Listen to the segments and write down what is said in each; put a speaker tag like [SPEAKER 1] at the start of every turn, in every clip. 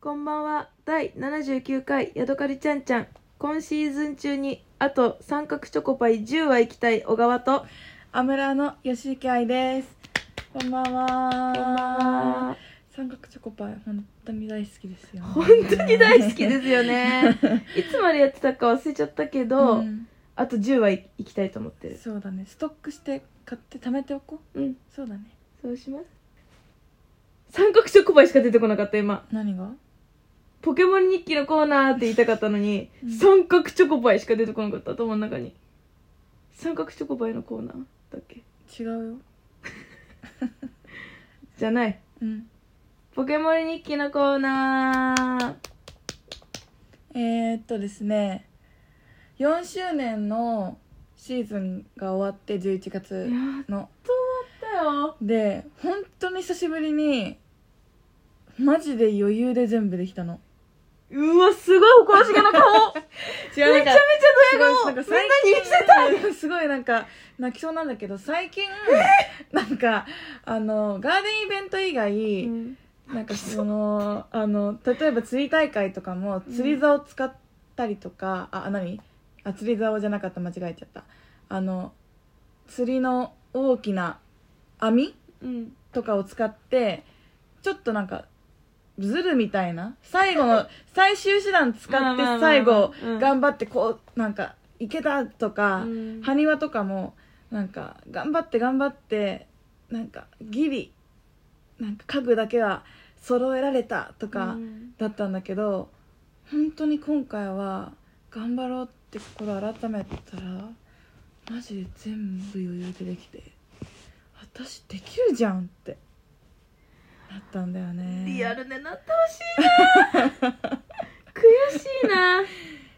[SPEAKER 1] こんばんは。第79回ヤドカリちゃんちゃん。今シーズン中に、あと三角チョコパイ10は行きたい小川と。
[SPEAKER 2] アムラーの吉池愛です。こんばんは。
[SPEAKER 1] あ
[SPEAKER 2] 三角チョコパイ本当に大好きですよ、ね。
[SPEAKER 1] ー本当に大好きですよね。 いつまでやってたか忘れちゃったけど、
[SPEAKER 2] うん
[SPEAKER 1] あと10は行きたいと思ってる。
[SPEAKER 2] そうだね。ストックして買って貯めておこう。
[SPEAKER 1] うん、
[SPEAKER 2] そうだね。
[SPEAKER 1] そうします。三角チョコパイしか出てこなかった今。
[SPEAKER 2] 何が？
[SPEAKER 1] ポケモン日記のコーナーって言いたかったのに、
[SPEAKER 2] うん
[SPEAKER 1] 三角チョコパイしか出てこなかった頭の中に三角チョコパイのコーナーだっけ
[SPEAKER 2] 違うよ。
[SPEAKER 1] じゃない
[SPEAKER 2] うん。
[SPEAKER 1] ポケモン日記のコーナ
[SPEAKER 2] えー、っとですね。4周年のシーズンが終わって11
[SPEAKER 1] ー
[SPEAKER 2] 月
[SPEAKER 1] やっ
[SPEAKER 2] の
[SPEAKER 1] たよ
[SPEAKER 2] で本当に久しぶりにマジで余裕で全部できたの。
[SPEAKER 1] うわす ごい誇らしげな顔
[SPEAKER 2] 違う
[SPEAKER 1] めちゃめちゃドヤ顔みんなに生きてた
[SPEAKER 2] て たすごいなんか泣きそうなんだけど最近、なんかあのガーデンイベント以外、なんかそのあの例えば釣り大会とかも釣り竿を使ったりとか、あ何あ釣り竿じゃなかった間違えちゃったあの釣りの大きな網
[SPEAKER 1] うん
[SPEAKER 2] とかを使ってちょっとなんかズルみたいな最後の最終手段使って最後
[SPEAKER 1] うん
[SPEAKER 2] 頑張ってこうなんかいけたとか
[SPEAKER 1] うん
[SPEAKER 2] 埴輪とかもなんか頑張って頑張ってなんかギリなんか家具だけは揃えられたと
[SPEAKER 1] う
[SPEAKER 2] か
[SPEAKER 1] ん
[SPEAKER 2] だったんだけど本当に今回は頑張ろうって心改めたらマジで全部余裕でできて私できるじゃんってなったんだよね
[SPEAKER 1] リアルでなって ほしいな悔し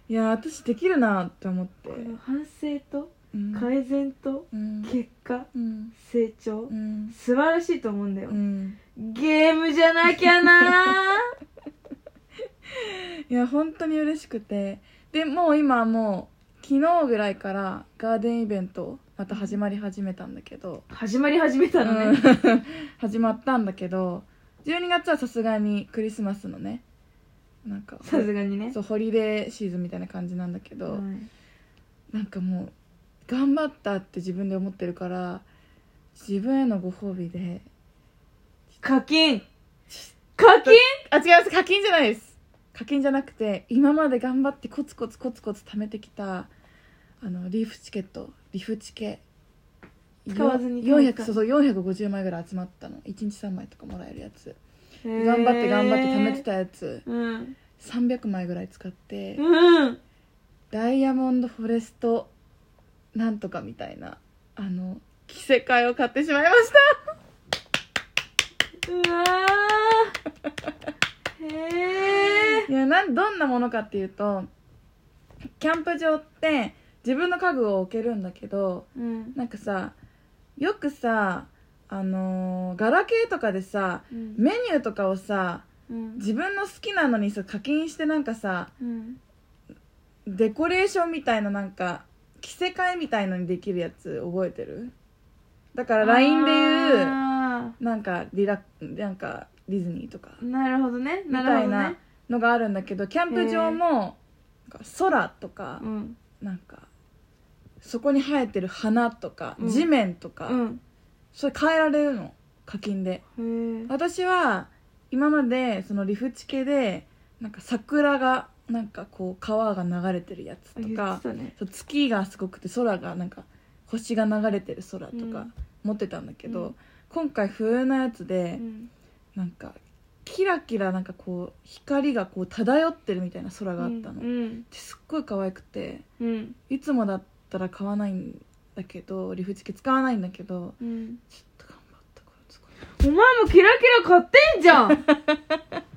[SPEAKER 2] いや私できるなって思って
[SPEAKER 1] いな反省と
[SPEAKER 2] うん
[SPEAKER 1] 改善と
[SPEAKER 2] うん
[SPEAKER 1] 結果
[SPEAKER 2] うん
[SPEAKER 1] 成長
[SPEAKER 2] うん
[SPEAKER 1] 素晴らしいと思うんだよ
[SPEAKER 2] うん
[SPEAKER 1] ゲームじゃなきゃな
[SPEAKER 2] いや本当に嬉しくてでもう今もう昨日ぐらいからガーデンイベントまた始まり始めたんだけど
[SPEAKER 1] 始まり始めたのね、
[SPEAKER 2] うん始まったんだけど12月はさすがにクリスマスのねなんか
[SPEAKER 1] さすがにね
[SPEAKER 2] そうホリデーシーズンみたいな感じなんだけど、
[SPEAKER 1] うん
[SPEAKER 2] なんかもう頑張ったって自分で思ってるから自分へのご褒美で
[SPEAKER 1] 課金課金
[SPEAKER 2] あ違います課金じゃないです課金じゃなくて今まで頑張ってコツコツコツコツ貯めてきたあのリーフチケットリフチケ
[SPEAKER 1] 使わずに
[SPEAKER 2] よん
[SPEAKER 1] 買うか
[SPEAKER 2] 400そうそう450枚ぐらい集まったの1日3枚とかもらえるやつ頑張って頑張って貯めてたやつ
[SPEAKER 1] うん
[SPEAKER 2] 300枚ぐらい使って
[SPEAKER 1] うん
[SPEAKER 2] ダイヤモンドフォレストなんとかみたいなあの着せ替えを買ってしまいました
[SPEAKER 1] うわーへえ
[SPEAKER 2] いやなんどんなものかっていうとキャンプ場って自分の家具を置けるんだけど
[SPEAKER 1] うん
[SPEAKER 2] なんかさよくさあのーガラケーとかでさ
[SPEAKER 1] うん
[SPEAKER 2] メニューとかをさ
[SPEAKER 1] うん
[SPEAKER 2] 自分の好きなのにさ課金してなんかさ
[SPEAKER 1] うん
[SPEAKER 2] デコレーションみたいななんか着せ替えみたいのにできるやつ覚えてるだから LINE でいう
[SPEAKER 1] あ
[SPEAKER 2] なんかリラなんかディズニーとか
[SPEAKER 1] ーなるほどね
[SPEAKER 2] み
[SPEAKER 1] な
[SPEAKER 2] た
[SPEAKER 1] るほ
[SPEAKER 2] い
[SPEAKER 1] ど
[SPEAKER 2] な
[SPEAKER 1] ね
[SPEAKER 2] のがあるんだけどキャンプ場もなんか空とか
[SPEAKER 1] うん
[SPEAKER 2] なんかそこに生えてる花とか
[SPEAKER 1] うん
[SPEAKER 2] 地面とか
[SPEAKER 1] うん
[SPEAKER 2] それ変えられるの課金で
[SPEAKER 1] へえ
[SPEAKER 2] 私は今までそのリフチ系でなんか桜がなんかこう川が流れてるやつと
[SPEAKER 1] 言っ
[SPEAKER 2] か
[SPEAKER 1] てたね
[SPEAKER 2] そう月がすごくて空がなんか星が流れてる空と
[SPEAKER 1] う
[SPEAKER 2] か
[SPEAKER 1] ん
[SPEAKER 2] 持ってたんだけど、
[SPEAKER 1] うん
[SPEAKER 2] 今回冬のやつで
[SPEAKER 1] うん
[SPEAKER 2] なんかキラキラなんかこう光がこう漂ってるみたいな空があったの、
[SPEAKER 1] う
[SPEAKER 2] で
[SPEAKER 1] ん
[SPEAKER 2] すっごい可愛くて
[SPEAKER 1] うん
[SPEAKER 2] いつもだったら買わないんだけどリフチケ使わないんだけど
[SPEAKER 1] うん
[SPEAKER 2] ちょっと頑張ったから使う
[SPEAKER 1] お前もキラキラ買ってんじゃ ん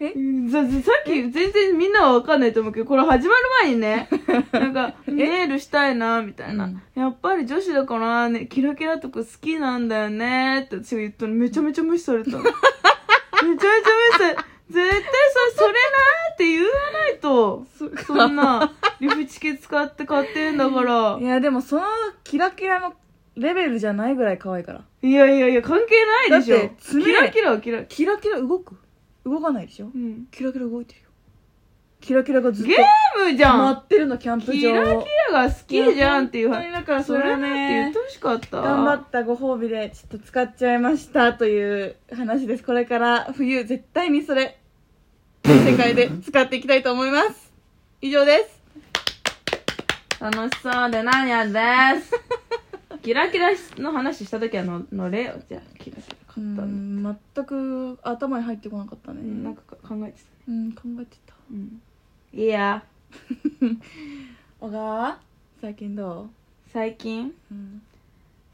[SPEAKER 1] えささっき全然みんなは分かんないと思うけどこれ始まる前に ねなんかメールしたいなみたいな、
[SPEAKER 2] うん
[SPEAKER 1] やっぱり女子だからねキラキラとか好きなんだよねって私が言ったのめちゃめちゃ無視され ためちゃめちゃ無視され絶対さそれなーって言わないとそんなリフチケ使って買ってんだから
[SPEAKER 2] いやでもそのキラキラのレベルじゃないぐらい可愛いから
[SPEAKER 1] いやいやいや関係ないでし
[SPEAKER 2] だっ
[SPEAKER 1] ょ
[SPEAKER 2] て爪
[SPEAKER 1] キラキラはキラ
[SPEAKER 2] キラキラ動く動かないでしょ
[SPEAKER 1] うん、
[SPEAKER 2] キラキラ動いてるよキラキラがずっと
[SPEAKER 1] ゲームじゃ
[SPEAKER 2] 回
[SPEAKER 1] ん
[SPEAKER 2] ってるのキャンプ場
[SPEAKER 1] キラキラが好きじゃんっていう
[SPEAKER 2] 本当にだから
[SPEAKER 1] そ
[SPEAKER 2] それ
[SPEAKER 1] れ
[SPEAKER 2] は
[SPEAKER 1] だって言っ
[SPEAKER 2] ね
[SPEAKER 1] てほしかった
[SPEAKER 2] 頑張ったご褒美でちょっと使っちゃいましたという話ですこれから冬絶対にそ れ世界で使っていきたいと思います以上です
[SPEAKER 1] 楽しそうで何やです キラキラの話した時はの乗れよじゃあキラキラ買ったの
[SPEAKER 2] ん全く頭に入ってこなかったね
[SPEAKER 1] なんか考えてたね
[SPEAKER 2] うん考えてた
[SPEAKER 1] うんいいや
[SPEAKER 2] 小川最近ど
[SPEAKER 1] 最近
[SPEAKER 2] う、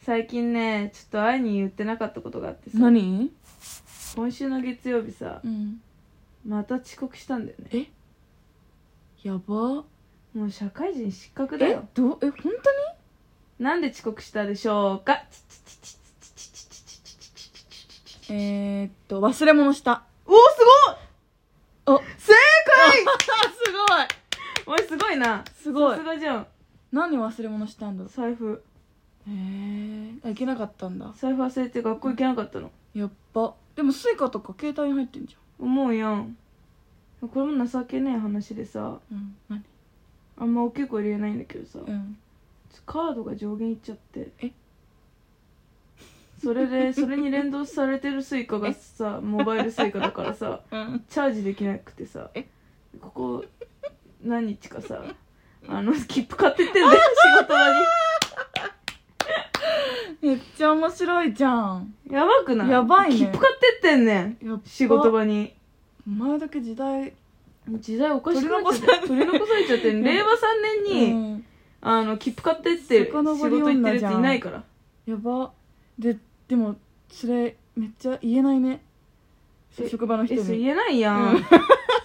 [SPEAKER 1] 最近ねちょっと愛に言ってなかったことがあってさ
[SPEAKER 2] 何、
[SPEAKER 1] 今週の月曜日さ
[SPEAKER 2] うん、
[SPEAKER 1] また遅刻したんだよね
[SPEAKER 2] やば
[SPEAKER 1] もう社会人失格だ
[SPEAKER 2] え
[SPEAKER 1] よ
[SPEAKER 2] どうえ本
[SPEAKER 1] なんで遅刻したでしょうかチッチッチッチッチッチッチッチッチッチッチッチッチッチッチッチッ
[SPEAKER 2] 当にえー、っと忘れ物した
[SPEAKER 1] おーすごい
[SPEAKER 2] お
[SPEAKER 1] 正
[SPEAKER 2] すごい
[SPEAKER 1] 解おいすごいな
[SPEAKER 2] すごい
[SPEAKER 1] さすがじゃん
[SPEAKER 2] 何忘れ物したんだろ
[SPEAKER 1] 財布
[SPEAKER 2] うへえいけなかったんだ
[SPEAKER 1] 財布忘れて学校行けなかったの
[SPEAKER 2] やっぱでもスイカとか携帯に入ってんじ
[SPEAKER 1] 思うやんこれも情けねえ話でさ
[SPEAKER 2] ゃんうん何
[SPEAKER 1] あんま大きい声で言えないんだけどさ
[SPEAKER 2] うん
[SPEAKER 1] カードが上限いっちゃって
[SPEAKER 2] え
[SPEAKER 1] それでそれに連動されてるスイカがさモバイルスイカだからさ
[SPEAKER 2] うん
[SPEAKER 1] チャージできなくてさ
[SPEAKER 2] え
[SPEAKER 1] ここ何日かさあの切符買ってってんだよ仕事場
[SPEAKER 2] めっちゃ面白いじゃん
[SPEAKER 1] にやばくない
[SPEAKER 2] やばいね
[SPEAKER 1] 切符買ってってんねん
[SPEAKER 2] やっぱ
[SPEAKER 1] 仕事場に
[SPEAKER 2] お前だけ時代
[SPEAKER 1] 時代おかしくなっちゃって
[SPEAKER 2] 取
[SPEAKER 1] 取
[SPEAKER 2] り
[SPEAKER 1] り
[SPEAKER 2] 残
[SPEAKER 1] 残されちゃってん令和3年に、
[SPEAKER 2] うん、
[SPEAKER 1] あの切符買ってって仕事
[SPEAKER 2] 遡り
[SPEAKER 1] 行って
[SPEAKER 2] 女
[SPEAKER 1] る
[SPEAKER 2] じ
[SPEAKER 1] や
[SPEAKER 2] ゃん
[SPEAKER 1] ついないから
[SPEAKER 2] やばででもそれめっちゃ言えないね
[SPEAKER 1] え
[SPEAKER 2] 職場の人
[SPEAKER 1] えそう
[SPEAKER 2] に
[SPEAKER 1] 言えないやん、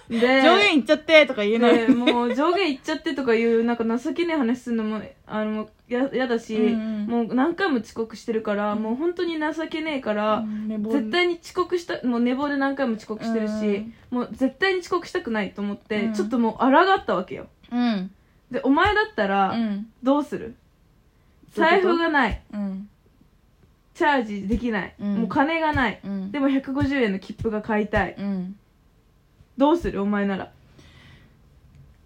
[SPEAKER 1] で
[SPEAKER 2] 上限いっちゃってとか言えない、
[SPEAKER 1] でもう上限いっちゃってとかいうなんか情けねえ話するのもあのもうややだし、
[SPEAKER 2] うんうん
[SPEAKER 1] もう何回も遅刻してるから、もう本当に情けねえから、絶対に遅刻したもう寝坊で何回も遅刻してるし、もう絶対に遅刻したくないと思って、
[SPEAKER 2] うん
[SPEAKER 1] ちょっともう抗ったわけよ
[SPEAKER 2] うん
[SPEAKER 1] でお前だった
[SPEAKER 2] う
[SPEAKER 1] ら
[SPEAKER 2] ん
[SPEAKER 1] どうする、
[SPEAKER 2] どうい
[SPEAKER 1] 財
[SPEAKER 2] うこと
[SPEAKER 1] 布がない
[SPEAKER 2] うん
[SPEAKER 1] チャージできない、
[SPEAKER 2] うん
[SPEAKER 1] もう金がない
[SPEAKER 2] うん
[SPEAKER 1] でも150円の切符が買いたい
[SPEAKER 2] うん
[SPEAKER 1] どうするお前なら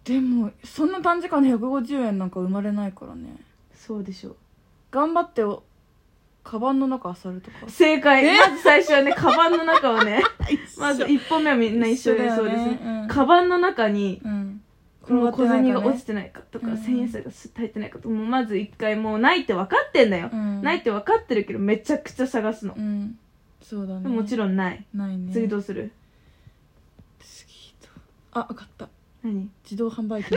[SPEAKER 2] でもそんな短時間で150円なんか生まれないからね
[SPEAKER 1] そうでしょう
[SPEAKER 2] 頑張っておカバンの中漁るとか
[SPEAKER 1] 正解
[SPEAKER 2] え
[SPEAKER 1] まず最初は ねカバンの中をねまず
[SPEAKER 2] 一緒
[SPEAKER 1] 一本目はみんな一緒で
[SPEAKER 2] 一緒だ
[SPEAKER 1] そう
[SPEAKER 2] よね
[SPEAKER 1] ですね、
[SPEAKER 2] うん
[SPEAKER 1] カバンの中に
[SPEAKER 2] うん
[SPEAKER 1] もう小銭が落ち
[SPEAKER 2] て
[SPEAKER 1] てないかと
[SPEAKER 2] う
[SPEAKER 1] か
[SPEAKER 2] ん
[SPEAKER 1] 千円札がすっと入ってないかとかもうまず一回もうないって分かってんだよ、ないって分かってるけどめちゃくちゃ探すの
[SPEAKER 2] う、んそうだね
[SPEAKER 1] でももちろんない
[SPEAKER 2] んないね
[SPEAKER 1] 次どうする
[SPEAKER 2] 次とあ分かった
[SPEAKER 1] 何
[SPEAKER 2] 自動販売機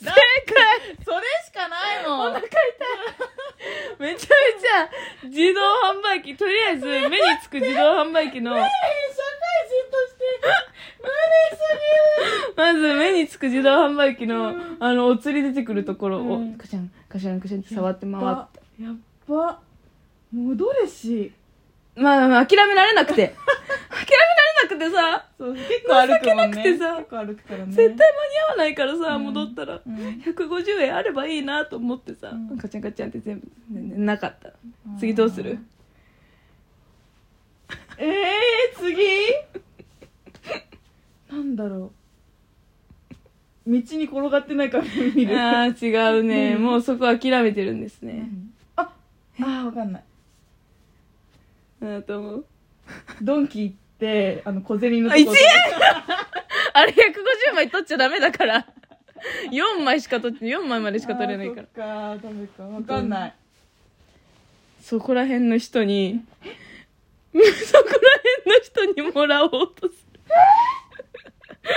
[SPEAKER 1] 正解
[SPEAKER 2] それしかないも ん
[SPEAKER 1] めちゃめちゃ自動販売機とりあえず目につく自動販売機 のまず目につく自動販売機の、あのお釣り出てくるところを、
[SPEAKER 2] うん
[SPEAKER 1] カシャンカシャンカシャンって触って回ってまあ
[SPEAKER 2] やっぱ戻れし
[SPEAKER 1] まあ諦められなく て諦められなくてさ
[SPEAKER 2] そう結構歩くも
[SPEAKER 1] 情けな
[SPEAKER 2] んね
[SPEAKER 1] くてさ
[SPEAKER 2] 結構歩くからね
[SPEAKER 1] 絶対間に合わないからさ、
[SPEAKER 2] うん
[SPEAKER 1] 戻ったら
[SPEAKER 2] うん
[SPEAKER 1] 150円あればいいなと思ってさ、
[SPEAKER 2] うん
[SPEAKER 1] カチャンカチャンって全部、全然なかった次どうする
[SPEAKER 2] ええー、次なんだろう道に転がってないから見る
[SPEAKER 1] ああ違うね、もうそこ諦めてるんですね、
[SPEAKER 2] ああーわかんない
[SPEAKER 1] あと思う
[SPEAKER 2] ドンキ行ってあの小銭の
[SPEAKER 1] あ
[SPEAKER 2] とこ
[SPEAKER 1] 1円あ れ150枚取っちゃダメだから4枚しか取って4枚までしか取れないから
[SPEAKER 2] あーそっかダメかわかんない
[SPEAKER 1] そこら辺の人にそこら辺の人にもらおうとす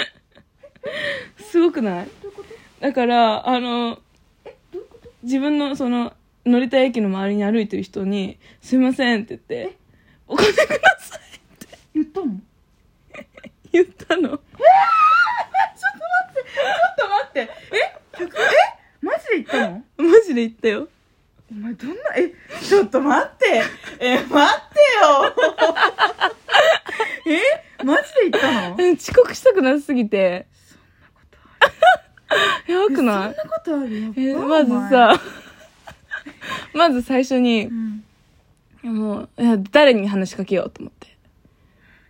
[SPEAKER 1] るすごくないだからあの自分のその乗りたい駅の周りに歩いてる人に「すいません」って言って「お金ください」って
[SPEAKER 2] 言ったもんち
[SPEAKER 1] 言ったの
[SPEAKER 2] ょっと待ってえ100えマジで言ったの
[SPEAKER 1] マジで言ったよ
[SPEAKER 2] お前どんなえちょっと待ってえ待ってよえマジで言ったの
[SPEAKER 1] 遅刻したくなさすぎてそんなこと やばくない
[SPEAKER 2] そんなことあるやっ
[SPEAKER 1] え
[SPEAKER 2] ば
[SPEAKER 1] まずさまず最初に
[SPEAKER 2] う、ん
[SPEAKER 1] もう、いや誰に話しかけようと思って。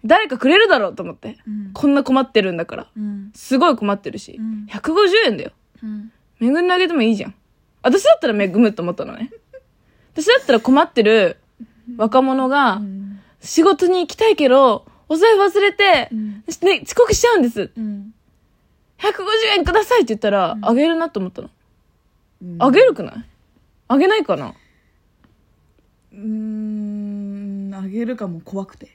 [SPEAKER 1] 誰かくれるだろうと思って。
[SPEAKER 2] うん
[SPEAKER 1] こんな困ってるんだから。
[SPEAKER 2] うん
[SPEAKER 1] すごい困ってるし。
[SPEAKER 2] うん
[SPEAKER 1] 150円だよ。
[SPEAKER 2] うん
[SPEAKER 1] めぐんであげてもいいじゃん。私だったらめぐむと思ったのね。私だったら困ってる若者が、仕事に行きたいけど、お財布忘れて、
[SPEAKER 2] うん
[SPEAKER 1] ね、遅刻しちゃうんです。
[SPEAKER 2] うん
[SPEAKER 1] 150円くださいって言ったら、あげるなと思ったの。
[SPEAKER 2] うん
[SPEAKER 1] あげるくないあげないかな
[SPEAKER 2] うーんあげるかも怖くて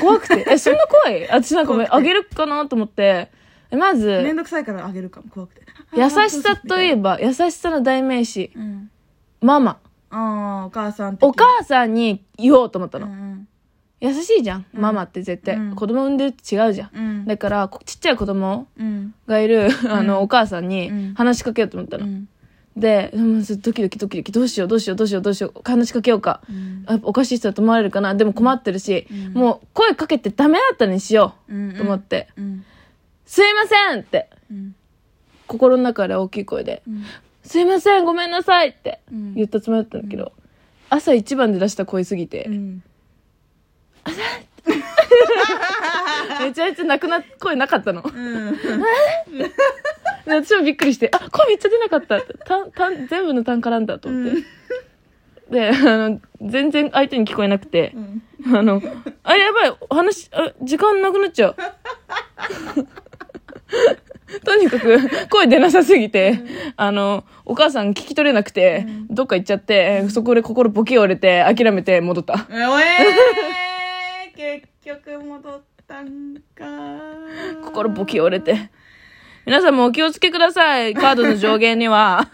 [SPEAKER 1] 怖くて。え、そんな怖 い私なんか
[SPEAKER 2] 怖くて
[SPEAKER 1] あげるかなと思って。えま
[SPEAKER 2] め
[SPEAKER 1] ず
[SPEAKER 2] ん、どくさいからあげるかも怖くて
[SPEAKER 1] 優しさといえ
[SPEAKER 2] ば、
[SPEAKER 1] ば、優しさの代名詞、
[SPEAKER 2] うん、
[SPEAKER 1] ママ。
[SPEAKER 2] ああお母さん的
[SPEAKER 1] お母さんに言おうと思った
[SPEAKER 2] う
[SPEAKER 1] の。
[SPEAKER 2] ん
[SPEAKER 1] 優しいじゃん。
[SPEAKER 2] うん
[SPEAKER 1] ママって絶対。
[SPEAKER 2] うん
[SPEAKER 1] 子供産んでると違うじゃん。
[SPEAKER 2] うん
[SPEAKER 1] だから、こちっちゃい子供
[SPEAKER 2] うん
[SPEAKER 1] がいる、あ
[SPEAKER 2] う
[SPEAKER 1] の、
[SPEAKER 2] ん
[SPEAKER 1] お母さんに
[SPEAKER 2] うん
[SPEAKER 1] 話しかけようと思った
[SPEAKER 2] う
[SPEAKER 1] の。
[SPEAKER 2] ん
[SPEAKER 1] で、うんドキドキドキドキ、どうしようどうしようどうしようどうしよう、話しかけようか。
[SPEAKER 2] うん
[SPEAKER 1] あおかしい人だと思われるかな。でも困ってるし、
[SPEAKER 2] うん
[SPEAKER 1] もう声かけてダメだったにしよ
[SPEAKER 2] うん
[SPEAKER 1] うと思って、
[SPEAKER 2] うん
[SPEAKER 1] すいませんって、
[SPEAKER 2] うん
[SPEAKER 1] 心の中で大きい声で、
[SPEAKER 2] うん
[SPEAKER 1] すいませんごめんなさいって
[SPEAKER 2] うん
[SPEAKER 1] 言ったつもりだったんだけど、朝一番で出した声すぎて、
[SPEAKER 2] うん
[SPEAKER 1] めちゃめちゃなくな、声なかったの。で
[SPEAKER 2] うん
[SPEAKER 1] 私もびっくりして、あ、声めっちゃ出なかったって、たん、たん、全部の単絡んだと思って。で、あの、全然相手に聞こえなくて、
[SPEAKER 2] うん
[SPEAKER 1] あの、あれやばい、お話、あ時間なくなっちゃう。 とにかく、声出なさすぎて、あの、お母さん聞き取れなくて、どっか行っちゃって、そこで心ボケ折れて、諦めて戻った。
[SPEAKER 2] おえー、結局戻ったんか
[SPEAKER 1] 心ボケ折れて。皆さんもお気をつけください。カードの上限には。